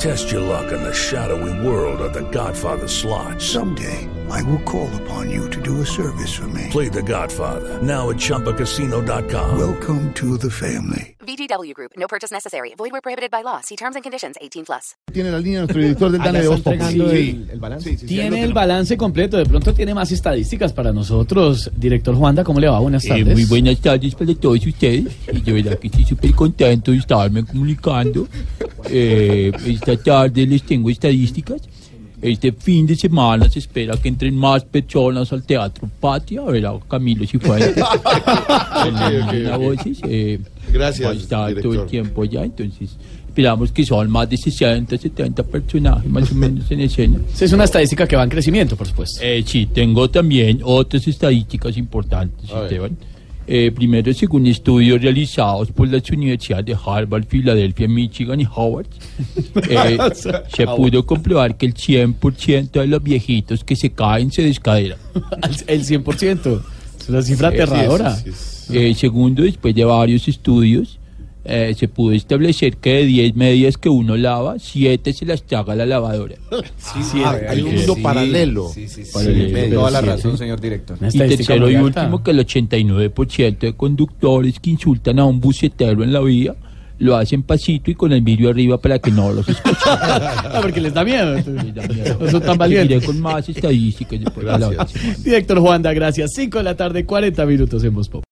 Test your luck in the shadowy world of the Godfather slot. Someday, I will call upon you to do a service for me. Play the Godfather, now at Chumpacasino.com. Welcome to the family. VGW Group. No purchase necessary. Void where prohibited by law. See terms and conditions. 18 plus. Tiene la línea nuestro director del Allá Dale de Ah, está Voz Populi. entregando Sí. el- el balance. Sí, sí, sí, ahí lo Tiene el tenemos. balance completo, de pronto tiene más estadísticas para nosotros. Director Juanda, ¿cómo le va? Buenas Eh, tardes. muy buenas tardes para todos ustedes. Y de verdad que estoy súper contento de estarme comunicando. Eh, esta tarde les tengo estadísticas. Este fin de semana se espera que entren más personas al Teatro Patria. Verá, Camilo Cifuentes. Elena Voces, eh, Gracias, va a estar todo director. el tiempo allá. Entonces, esperamos que son más de 60, 70 personajes más o menos en escena. Esa es una estadística que va en crecimiento, por supuesto. Eh, sí, tengo también otras estadísticas importantes, ver. Esteban. Eh, primero, según estudios realizados por las universidades de Harvard, Filadelfia, Michigan y Howard, eh, se pudo comprobar que el 100% de los viejitos que se caen se descaderan. Al- El 100%. Es una cifra aterradora. Sí, sí, sí. Eh, segundo, después de varios estudios, eh, se pudo establecer que de 10 medias que uno lava, 7 se las traga la lavadora. Ah, hay un mundo paralelo. Paralelo, pero Toda la sí. razón, señor director. Una Y estadística tercero y muy alta. último, que el 89% de conductores que insultan a un bucetero en la vía lo hacen pasito y con el vidrio arriba para que no los escuchen. Ah, porque les da miedo. No son tan Seguiré valientes. con más estadísticas después de la otra semana. Director Juanda, gracias. 5 de la tarde, 40 minutos en Voz Populi.